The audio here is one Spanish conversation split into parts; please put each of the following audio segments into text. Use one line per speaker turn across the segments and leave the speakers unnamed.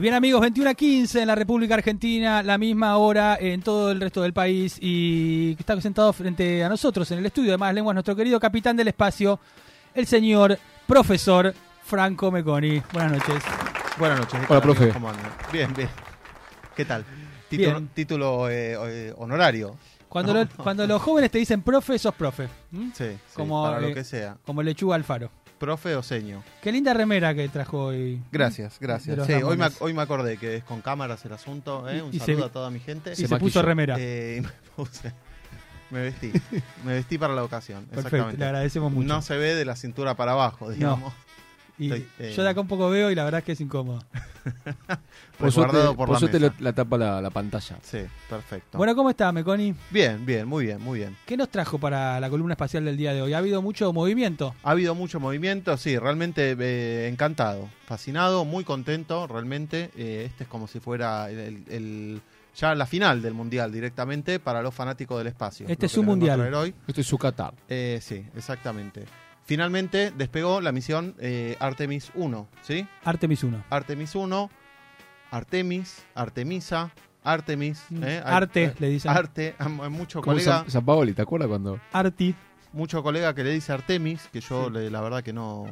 Bien amigos, 21 a 15 en la República Argentina, la misma hora en todo el resto del país y está sentado frente a nosotros en el estudio de Más Lenguas nuestro querido capitán del espacio, el señor profesor Franco Meconi. Buenas noches.
Buenas noches. ¿qué
Hola,
tal,
profe.
amigos? ¿Cómo andan? Bien, bien. ¿Qué tal? Título,
Bien.
título, eh, eh, honorario.
Cuando, lo- cuando los jóvenes te dicen profe, sos profe. ¿m?
Sí, sí,
Como,
para
eh,
lo que sea.
Como lechuga alfaro.
Profe o seño.
Qué linda remera que trajo hoy.
Gracias,
De los
gracias.
Sí, hoy me,
Ramones.
ac- hoy me acordé que es con cámaras el asunto. ¿eh?
Y-
Un
y se
saludo
vi-
a toda mi gente.
Y
Se
se, puso
maquilló.
remera.
Eh, y me puse- me vestí. Me vestí para la ocasión.
Perfecto, le
exactamente.
agradecemos mucho.
No se ve de la cintura para abajo, digamos.
Y
estoy, eh,
Yo de acá un poco veo y la verdad es que es incómodo.
Por suerte,
Resguardado por
por
la
suerte
mesa.
lo- la tapa la, la pantalla.
Sí, perfecto.
Bueno, ¿cómo está, Meconi?
Bien, bien, muy bien, muy bien.
¿Qué nos trajo para la columna espacial del día de hoy? Ha habido mucho movimiento.
Ha habido mucho movimiento, sí, realmente eh, encantado, fascinado, muy contento, realmente. eh, este es como si fuera el, el- el- ya la final del Mundial directamente para los fanáticos del espacio.
Este
lo
es
que
un
les vengo a
mundial.
traer hoy.
Esto es su Qatar.
Eh, sí, exactamente. Finalmente despegó la misión eh, Artemis 1, ¿sí?
Artemis 1.
Artemis 1, Artemis, Artemisa, Artemis. ¿eh? Hay-
Mm, Arte,
eh,
le dicen.
Arte, hay mucho
Como
colega,
San, San Paoli, ¿te acuerdas cuando?
Arti.
mucho colega que le dice Artemis, que yo le- la verdad que no,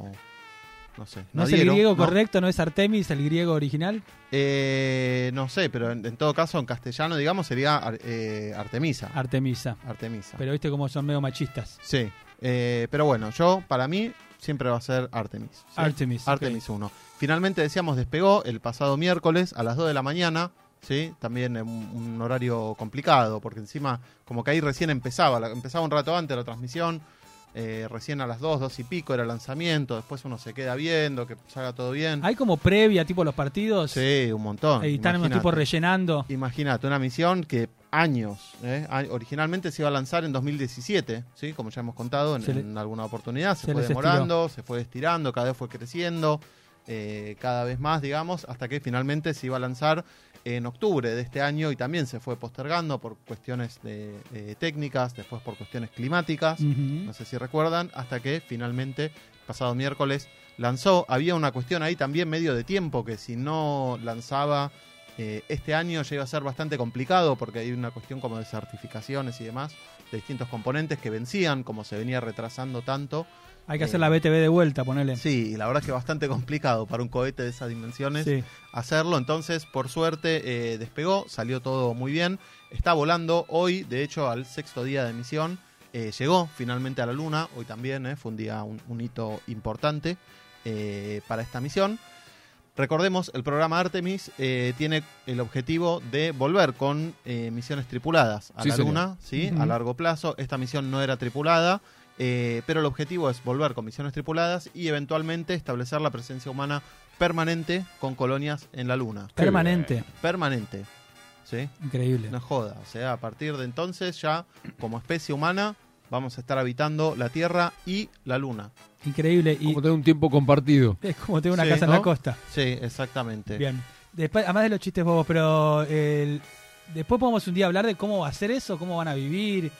no sé.
¿No es el
adhiero,
griego
no.
correcto? ¿No es Artemis el griego original?
Eh, no sé, pero en, en todo caso en castellano, digamos, sería ar- eh, Artemisa.
Ah, Artemisa.
Artemisa.
Pero viste cómo son medio machistas.
Sí, eh, pero bueno, yo para mí siempre va a ser Artemis. ¿sí?
Artemis. ok.
Artemis 1. Finalmente decíamos despegó el pasado miércoles a las 2 de la mañana. Sí, también en un, un horario complicado, porque encima como que ahí recién empezaba, la- empezaba un rato antes la transmisión, eh, recién a las 2, 2 y pico era el lanzamiento, después uno se queda viendo, que salga todo bien.
Hay como previa, tipo los partidos.
Sí, un montón.
y están unos
imagínate.
tipos rellenando.
Imagínate, una misión que años, ¿eh? A- originalmente se iba a lanzar en 2017, ¿sí? como ya hemos contado en,
Se le-
en alguna oportunidad, se,
se
fue
les estiró.
demorando, se fue estirando, cada vez fue creciendo, eh, cada vez más, digamos, hasta que finalmente se iba a lanzar en octubre de este año y también se fue postergando por cuestiones de, eh, técnicas, después por cuestiones climáticas,
Ujú.
no sé si recuerdan, hasta que finalmente, pasado miércoles, lanzó. Había una cuestión ahí también medio de tiempo, que si no lanzaba eh, este año ya iba a ser bastante complicado, porque hay una cuestión como de certificaciones y demás, de distintos componentes que vencían, como se venía retrasando tanto.
Hay que hacer la BTV de vuelta, ponele.
Sí, y la verdad es que bastante complicado para un cohete de esas dimensiones
Sí.
hacerlo. Entonces, por suerte, eh, despegó, salió todo muy bien. Está volando hoy, de hecho, al sexto día de misión. Eh, llegó finalmente a la Luna, hoy también, eh, fue un día, un, un hito importante eh, para esta misión. Recordemos, el programa Artemis eh, tiene el objetivo de volver con eh, misiones tripuladas a
Sí,
la
señor.
Luna, ¿sí?
Ujú.
a largo plazo. Esta misión no era tripulada, eh, pero el objetivo es volver con misiones tripuladas y eventualmente establecer la presencia humana permanente con colonias en la Luna.
Qué
Permanente.
Permanente. ¿Sí?
Increíble.
No joda. O sea, a partir de entonces ya como especie humana vamos a estar habitando la Tierra y la Luna.
Increíble. Y
Como tener un tiempo compartido.
es como tengo una
Sí,
casa en
¿no?
la costa.
Sí, exactamente.
Bien. Después, además de los chistes bobos, pero el- después podemos un día hablar de cómo va a ser eso, cómo van a vivir,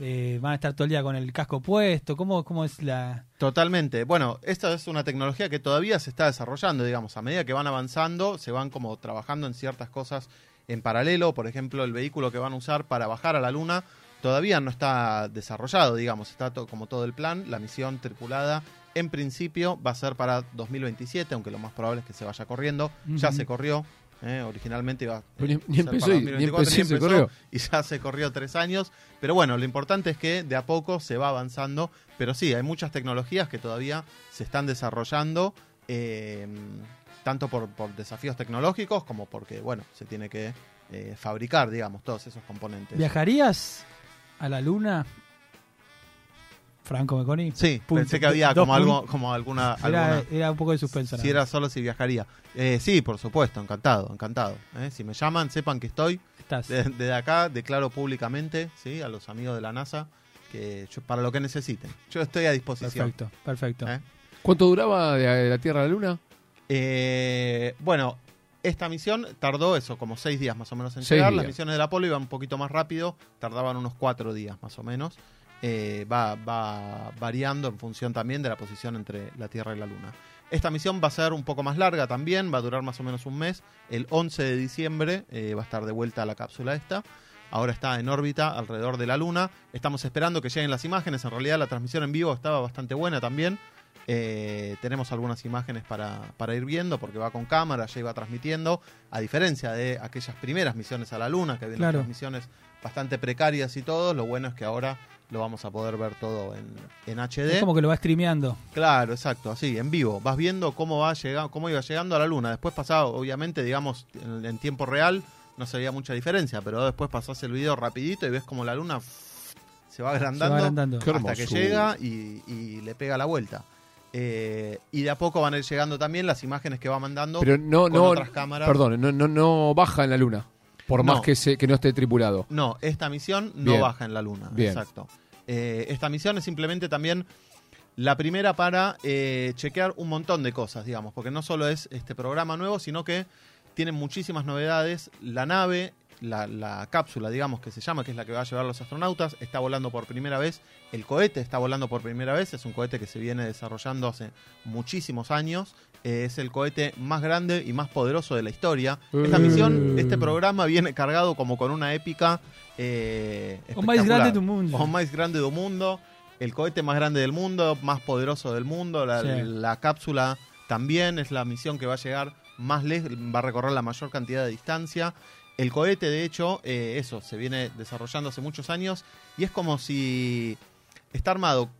eh, van a estar todo el día con el casco puesto, cómo, cómo es la...
Totalmente. Bueno, esta es una tecnología que todavía se está desarrollando, digamos. A medida que van avanzando, se van como trabajando en ciertas cosas en paralelo. Por ejemplo, el vehículo que van a usar para bajar a la Luna todavía no está desarrollado, digamos. Está to- como todo el plan. La misión tripulada, en principio, va a ser para 2027, aunque lo más probable es que se vaya corriendo. Ya
Ujú.
se corrió. eh, originalmente iba a
Pero ni-
eh,
ni
ser
empezó
para
y- ni
2024,
empezó y se corrió.
y ya se corrió tres años. Pero bueno, lo importante es que de a poco se va avanzando. Pero sí, hay muchas tecnologías que todavía se están desarrollando, eh, tanto por, por desafíos tecnológicos como porque, bueno, se tiene que eh, fabricar, digamos, todos esos componentes.
¿Viajarías a la luna? Franco Meconi.
Sí,
Punto.
pensé que había
Dos
como algo, como alguna,
Era,
alguna
eh,
era un poco de suspenso.
si
nada
era
más.
solo si viajaría. Eh, sí, por supuesto, encantado, encantado. eh. Si me llaman, sepan que estoy.
Estás.
De- Desde acá declaro públicamente ¿sí? a los amigos de la NASA que yo- para lo que necesiten. Yo estoy a disposición.
Perfecto, perfecto.
¿eh?
¿Cuánto duraba de, de la Tierra a la Luna?
Eh, bueno, esta misión tardó eso, como seis días más o menos en
Seis
llegar. Las
días.
misiones del Apolo iban un poquito más rápido, tardaban unos cuatro días más o menos. Eh, va, va variando en función también de la posición entre la Tierra y la Luna. Esta misión va a ser un poco más larga también, va a durar más o menos un mes. El 11 de diciembre eh, va a estar de vuelta la cápsula esta. Ahora está en órbita alrededor de la Luna. Estamos esperando que lleguen las imágenes. En realidad la transmisión en vivo estaba bastante buena también. Eh, tenemos algunas imágenes para, para ir viendo porque va con cámara, ya iba transmitiendo. A diferencia de aquellas primeras misiones a la Luna, que habían
Claro.
transmisiones bastante precarias y todo, lo bueno es que ahora lo vamos a poder ver todo en, en HD.
Es como que lo va streameando.
Claro, exacto, así, en vivo. Vas viendo cómo va llegando, cómo iba llegando a la luna. Después pasaba, obviamente, digamos, en, en tiempo real, no se veía mucha diferencia, pero después pasás el video rapidito y ves cómo la luna f- se va agrandando,
Se va agrandando.
Qué
hasta que
hermosura.
llega y, y le pega la vuelta. Eh, y de a poco van a ir llegando también las imágenes que va mandando
Pero no,
con
no,
otras cámaras.
perdón, no, no, no baja en la luna. Por
No.
más que, se, que no esté tripulado.
No, esta misión no
Bien.
baja en la luna.
Bien.
Exacto. Eh, esta misión es simplemente también la primera para eh, chequear un montón de cosas, digamos, porque no solo es este programa nuevo, sino que tienen muchísimas novedades. La nave, la, la cápsula, digamos, que se llama, que es la que va a llevar los astronautas, está volando por primera vez. El cohete está volando por primera vez. Es un cohete que se viene desarrollando hace muchísimos años. Eh, es el cohete más grande y más poderoso de la historia. Esta
Eh.
misión, este programa viene cargado como con una épica. Eh,
O más grande
espectacular.
del mundo.
O más grande del mundo. El cohete más grande del mundo, más poderoso del mundo. La,
Sí.
la cápsula también es la misión que va a llegar más lejos, va a recorrer la mayor cantidad de distancia. El cohete, de hecho, eh, eso, se viene desarrollando hace muchos años y es como si está armado,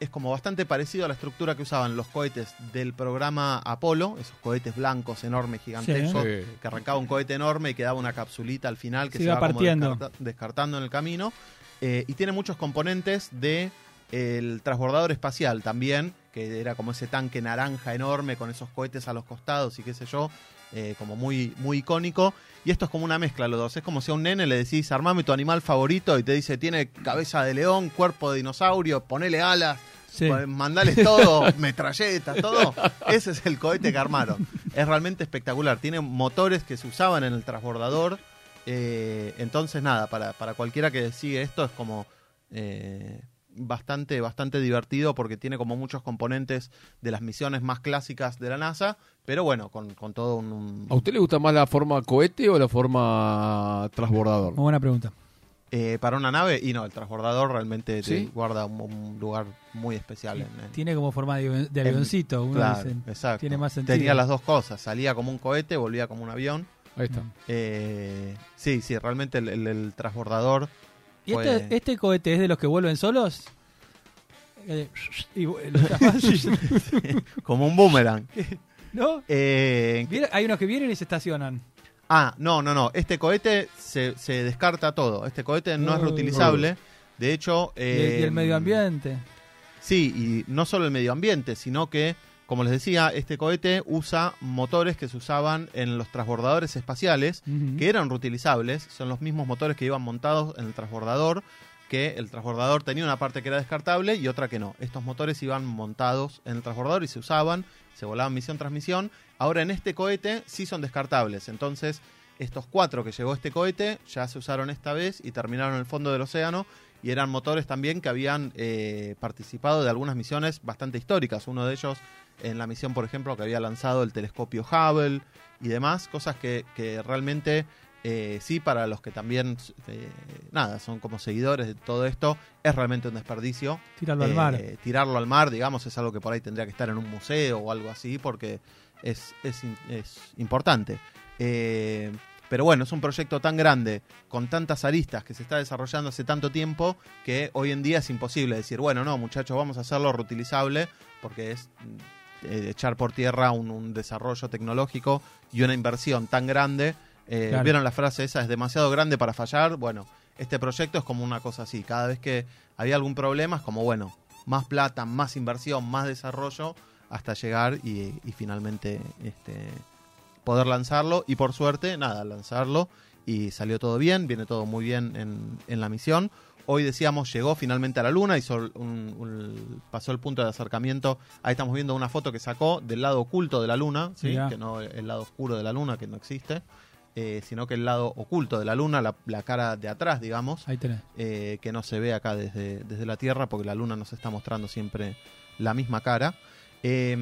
es como bastante parecido a la estructura que usaban los cohetes del programa Apolo, esos cohetes blancos enormes, gigantescos,
Sí.
que arrancaba un cohete enorme y quedaba una capsulita al final
Se
que se,
iba
va como
partiendo.
descarta- descartando en el camino. Eh, y tiene muchos componentes de eh, el transbordador espacial también, que era como ese tanque naranja enorme con esos cohetes a los costados y qué sé yo, eh, como muy, muy icónico. Y esto es como una mezcla, los dos. Es como si a un nene le decís, armame tu animal favorito y te dice, tiene cabeza de león, cuerpo de dinosaurio, ponele alas,
Sí.
pues, Mandales todo, metralletas, todo. Ese es el cohete que armaron. Es realmente espectacular. Tiene motores que se usaban en el transbordador. eh, entonces, nada, para, para cualquiera que sigue esto es como eh, bastante, bastante divertido porque tiene como muchos componentes de las misiones más clásicas de la NASA. Pero bueno, con, con todo un- un,
¿A usted le gusta más la forma cohete o la forma transbordador?
Muy buena pregunta.
eh, para una nave. Y no, el transbordador realmente te
¿Sí?
guarda un, un lugar muy especial en, en-
Tiene como forma de, avi- de avioncito. uno
Em, Claro,
dice,
exacto.
tiene más sentido.
Tenía las dos cosas, salía como un cohete, volvía como un avión.
Ahí está.
Eh, sí, sí, realmente el, el- el transbordador.
¿Y este,
Fue-
este cohete es de los que vuelven solos? Eh, y vu- lo tapás,
Como un boomerang.
¿No?
Eh,
Viene- Hay unos que vienen y se estacionan.
ah, no, no, no. Este cohete se, se descarta todo. Este cohete no es
Oh.
reutilizable. De hecho.
Y-
eh,
y el medio ambiente.
Sí, y no solo el medio ambiente, sino que, como les decía, este cohete usa motores que se usaban en los transbordadores espaciales.
Ujú.
que eran reutilizables, son los mismos motores que iban montados en el transbordador, que el transbordador tenía una parte que era descartable y otra que no. Estos motores iban montados en el transbordador y se usaban, se volaban misión tras misión. Ahora en este cohete sí son descartables, entonces estos cuatro que llegó este cohete ya se usaron esta vez y terminaron en el fondo del océano y eran motores también que habían eh, participado de algunas misiones bastante históricas. Uno de ellos en la misión, por ejemplo, que había lanzado el telescopio Hubble y demás, cosas que, que realmente eh, sí, para los que también, eh, nada, son como seguidores de todo esto, es realmente un desperdicio.
Tirarlo al mar.
Eh, tirarlo al mar, digamos, es algo que por ahí tendría que estar en un museo o algo así, porque es, es in- es importante. Eh, pero bueno, es un proyecto tan grande, con tantas aristas, que se está desarrollando hace tanto tiempo, que hoy en día es imposible decir, bueno, no, muchachos, vamos a hacerlo reutilizable, porque es mm, eh, echar por tierra un, un desarrollo tecnológico y una inversión tan grande. Eh,
Claro.
¿Vieron la frase esa? Es demasiado grande para fallar. Bueno, este proyecto es como una cosa así. Cada vez que había algún problema, es como, bueno, más plata, más inversión, más desarrollo, hasta llegar y, y finalmente este, poder lanzarlo. Y por suerte, nada, lanzarlo y salió todo bien, viene todo muy bien en, en la misión. Hoy decíamos, llegó finalmente a la luna, hizo un- un- pasó el punto de acercamiento. Ahí estamos viendo una foto que sacó del lado oculto de la luna, ¿sí?
Mirá.
que no el lado oscuro de la luna, que no existe, eh, sino que el lado oculto de la luna, la, la cara de atrás, digamos,
Ahí tenés.
eh, que no se ve acá desde, desde la Tierra, porque la luna nos está mostrando siempre la misma cara. Eh,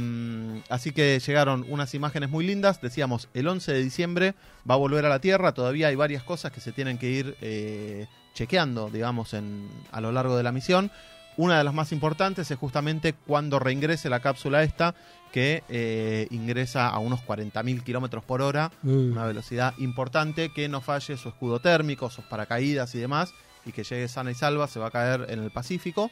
así que llegaron unas imágenes muy lindas. Decíamos, el 11 de diciembre va a volver a la Tierra. Todavía hay varias cosas que se tienen que ir eh, chequeando, digamos, en- a lo largo de la misión. Una de las más importantes es justamente cuando reingrese la cápsula esta, que eh, ingresa a unos 40.000 kilómetros por hora,
Uh.
una velocidad importante, que no falle su escudo térmico, sus paracaídas y demás, y que llegue sana y salva, se va a caer en el Pacífico.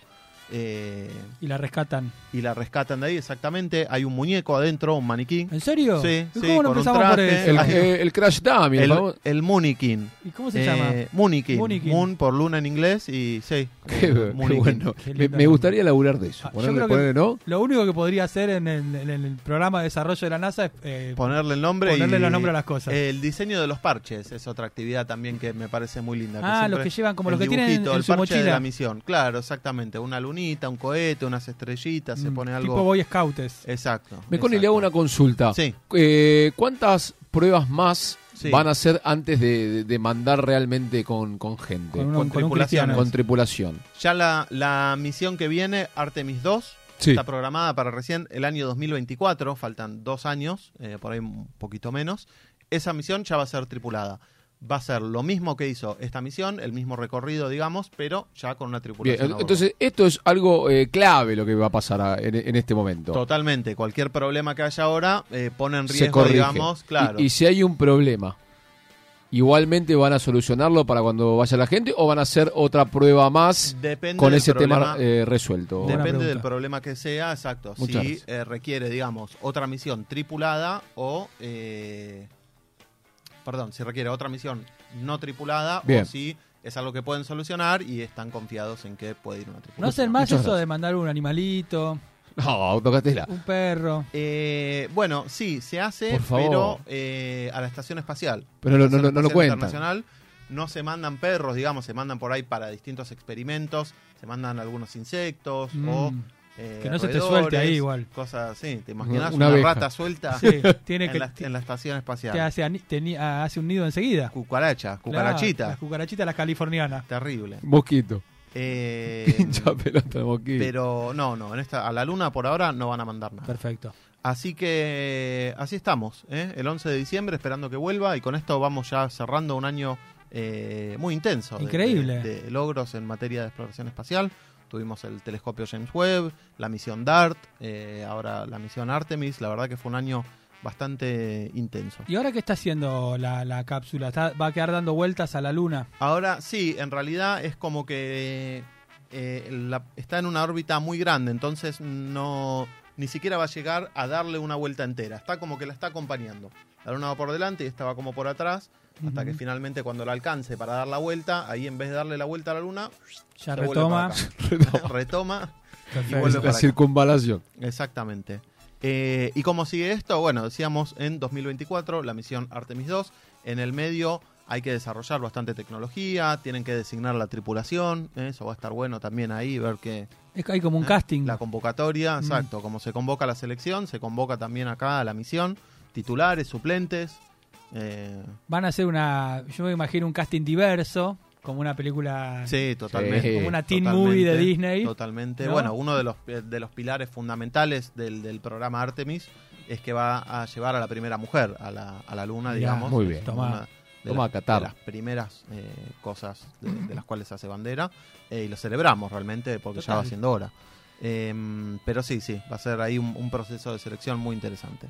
Eh,
Y la rescatan.
y la rescatan de ahí, exactamente. Hay un muñeco adentro, un maniquí.
¿En serio?
Sí,
¿Y
sí,
¿Cómo no
con un
empezamos por
traje.
eso?
El,
Ay.
eh, el Crash Dummy, el
El,
famoso-
el Munikin.
¿Y cómo se
Eh,
llama?
Munikin.
Munikin.
Moon por luna en inglés y sí.
Qué,
eh,
qué
Munikin.
bueno.
Qué
me,
lindo
me
nombre.
gustaría laburar de eso.
Ah, yo
Ponerle,
creo que-
ponerle, ¿no?
Lo único que podría hacer en el, en el programa de desarrollo de la NASA es eh,
Ponerle el nombre
ponerle
y-
los nombres a las cosas.
El diseño de los parches es otra actividad también que me parece muy linda.
ah, los que
siempre-
llevan como los
el
que tienen en,
dibujito, el
su
parche de la
mochila.
misión. Claro, exactamente. Una lunita, un cohete, unas estrellitas, se
Mm,
pone
Tipo
algo. Eh,
Boy Scouts.
Exacto.
Me con y le
exacto.
hago una consulta.
Sí.
Eh, ¿Cuántas pruebas más
Sí.
van a hacer antes de, de- de mandar realmente con, con gente?
Con, un-
Con,
con un
tripulaciones.
cristiano.
tripulación.
Ya la, la misión que viene, Artemis 2,
Sí.
Está programada para recién el año 2024, faltan dos años, eh, por ahí un poquito menos. Esa misión ya va a ser tripulada. Va a ser lo mismo que hizo esta misión, el mismo recorrido, digamos, pero ya con una
Bien,
tripulación. a bordo.
entonces esto es algo eh, clave lo que va a pasar a- en, en este momento.
Totalmente, cualquier problema que haya ahora eh, pone en
Se
riesgo,
corrige.
digamos, claro.
y, y si hay un problema, igualmente van a solucionarlo para cuando vaya la gente o van a hacer otra prueba más
Depende
con
del
ese
problema-
tema eh, resuelto.
Buena
Depende del
pregunta.
problema que sea, exacto.
Muchas
si
gracias.
eh, requiere, digamos, otra misión tripulada o. eh, perdón, si requiere otra misión no tripulada o
Bien.
si es algo que pueden solucionar y están confiados en que puede ir una
No
tripulación.
hacen más
Muchas
eso
gracias.
de mandar un animalito,
No, tocaste la.
un perro.
Eh, bueno, sí, se hace,
Por favor.
pero eh, a la estación espacial.
Pero no,
La
no- no-
Estación
no lo
Espacial
cuentan.
Internacional, no se mandan perros, digamos, se mandan por ahí para distintos experimentos, se mandan algunos insectos o.
Mm.
eh,
Que no se te
roedores,
suelte ahí igual.
Cosas así, ¿te imaginas?
Una
Una,
abeja.
rata suelta
Sí, tiene
en,
que,
la, en la estación espacial.
te hace, ani- teni- ah, hace un nido enseguida.
Cucaracha,
Claro,
cucarachita.
Las cucarachitas, las californianas.
Terrible.
Mosquito.
Eh,
Pincha pelota de mosquito.
pero no, no, en esta, a la luna por ahora no van a mandar nada.
Perfecto.
Así que así estamos, ¿eh? el 11 de diciembre esperando que vuelva y con esto vamos ya cerrando un año eh, muy intenso. de-
Increíble.
De, de logros en materia de exploración espacial. Tuvimos el telescopio James Webb, la misión DART, eh, ahora la misión Artemis. La verdad que fue un año bastante intenso.
¿Y ahora qué está haciendo la, la cápsula? Está- va a quedar dando vueltas a la luna.
Ahora sí, en realidad es como que eh, la- está en una órbita muy grande, entonces no ni siquiera va a llegar a darle una vuelta entera. Está como que la está acompañando. La luna va por delante y esta va como por atrás, hasta que
Ujú.
finalmente cuando la alcance para dar la vuelta, ahí en vez de darle la vuelta a la luna,
Ya
se vuelve
retoma.
para acá. retoma.
Perfecto.
Y vuelve para
la
acá.
circunvalación.
Exactamente. Eh, ¿Y cómo sigue esto? Bueno, decíamos en 2024 la misión Artemis 2. En el medio hay que desarrollar bastante tecnología, tienen que designar la tripulación, eh, eso va a estar bueno también ahí, ver que...
Es que hay como un
eh,
casting.
La convocatoria,
Mm.
exacto. Como se convoca la selección, se convoca también acá a la misión, titulares, suplentes. eh,
Van a hacer una. Yo me imagino un casting diverso, como una película.
sí, totalmente.
Sí.
Como una teen
Totalmente,
movie de Disney.
Totalmente.
¿No?
Bueno, uno de los, eh, de los pilares fundamentales del, del programa Artemis es que va a llevar a la primera mujer a la, a la luna,
Mirá,
digamos.
muy bien.
Tomá.
Una de,
Tomá,
las,
Qatar.
de las primeras eh, cosas de, de las cuales se hace bandera. eh, y lo celebramos realmente porque ya
Total.
va siendo hora. Em, pero sí, sí, va a ser ahí un, un proceso de selección muy interesante.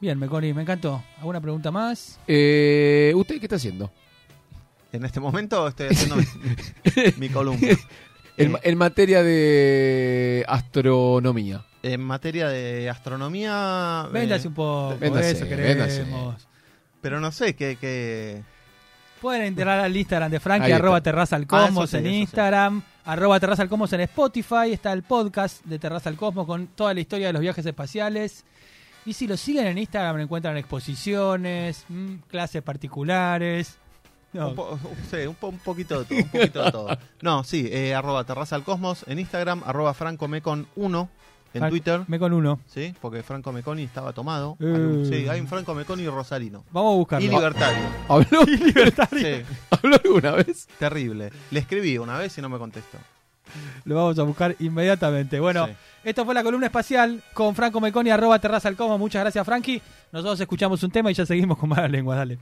Bien, Meconi, me encantó. ¿Alguna pregunta más?
Eh, ¿Usted qué está haciendo?
En este momento estoy haciendo mi, mi columna.
En,
Eh.
ma- en materia de astronomía.
En materia de astronomía. eh,
Véndase un poco.
véndase,
eso
véndase.
queremos.
pero no sé qué. qué
Pueden entrar al Instagram de Frankie,
Ahí está.
arroba Terraza al
Ah, eso
Cosmos
sí,
en
eso sí.
Instagram, arroba Terraza al Cosmos en Spotify, está el podcast de Terraza al Cosmos con toda la historia de los viajes espaciales. Y si lo siguen en Instagram encuentran exposiciones, mm, clases particulares. No,
Un, po- sí, un po- un poquito de todo, un poquito de todo. No, sí, eh, arroba terraza al cosmos en Instagram, arroba francomecon1 en
Fran-
Twitter,
me con uno.
sí, porque Franco Meconi estaba tomado.
Eh.
Hay un- sí, hay un Franco Meconi rosarino.
Vamos a
Y
buscarlo.
libertario.
¿Habló,
Sí,
¿Habló alguna vez?
terrible. Le escribí una vez y no me contestó.
Lo vamos a buscar inmediatamente. Bueno,
Sí.
esto fue la columna espacial con Franco Meconi, arroba terraza al Como. Muchas gracias, Frankie. Nosotros escuchamos un tema y ya seguimos con Mala Lengua. Dale.